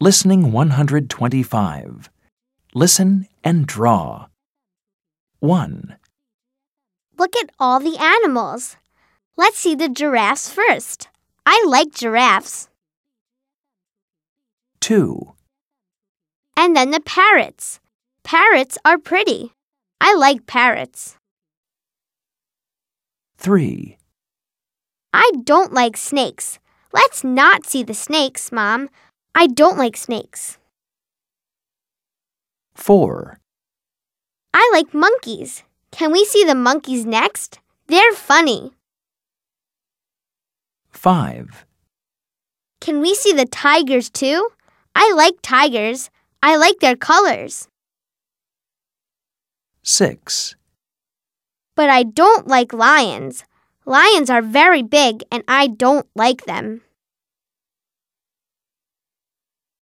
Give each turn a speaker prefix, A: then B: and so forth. A: Listening 125. Listen and draw. 1,
B: Look at all the animals. Let's see the giraffes first. I like giraffes.
A: 2,
B: And then the parrots. Parrots are pretty. I like parrots.
A: 3,
B: I don't like snakes. Let's not see the snakes, Mom. I don't like snakes.
A: 4,
B: I like monkeys. Can we see the monkeys next? They're funny.
A: 5,
B: Can we see the tigers too? I like tigers. I like their colors.
A: 6,
B: But I don't like lions. Lions are very big and I don't like them.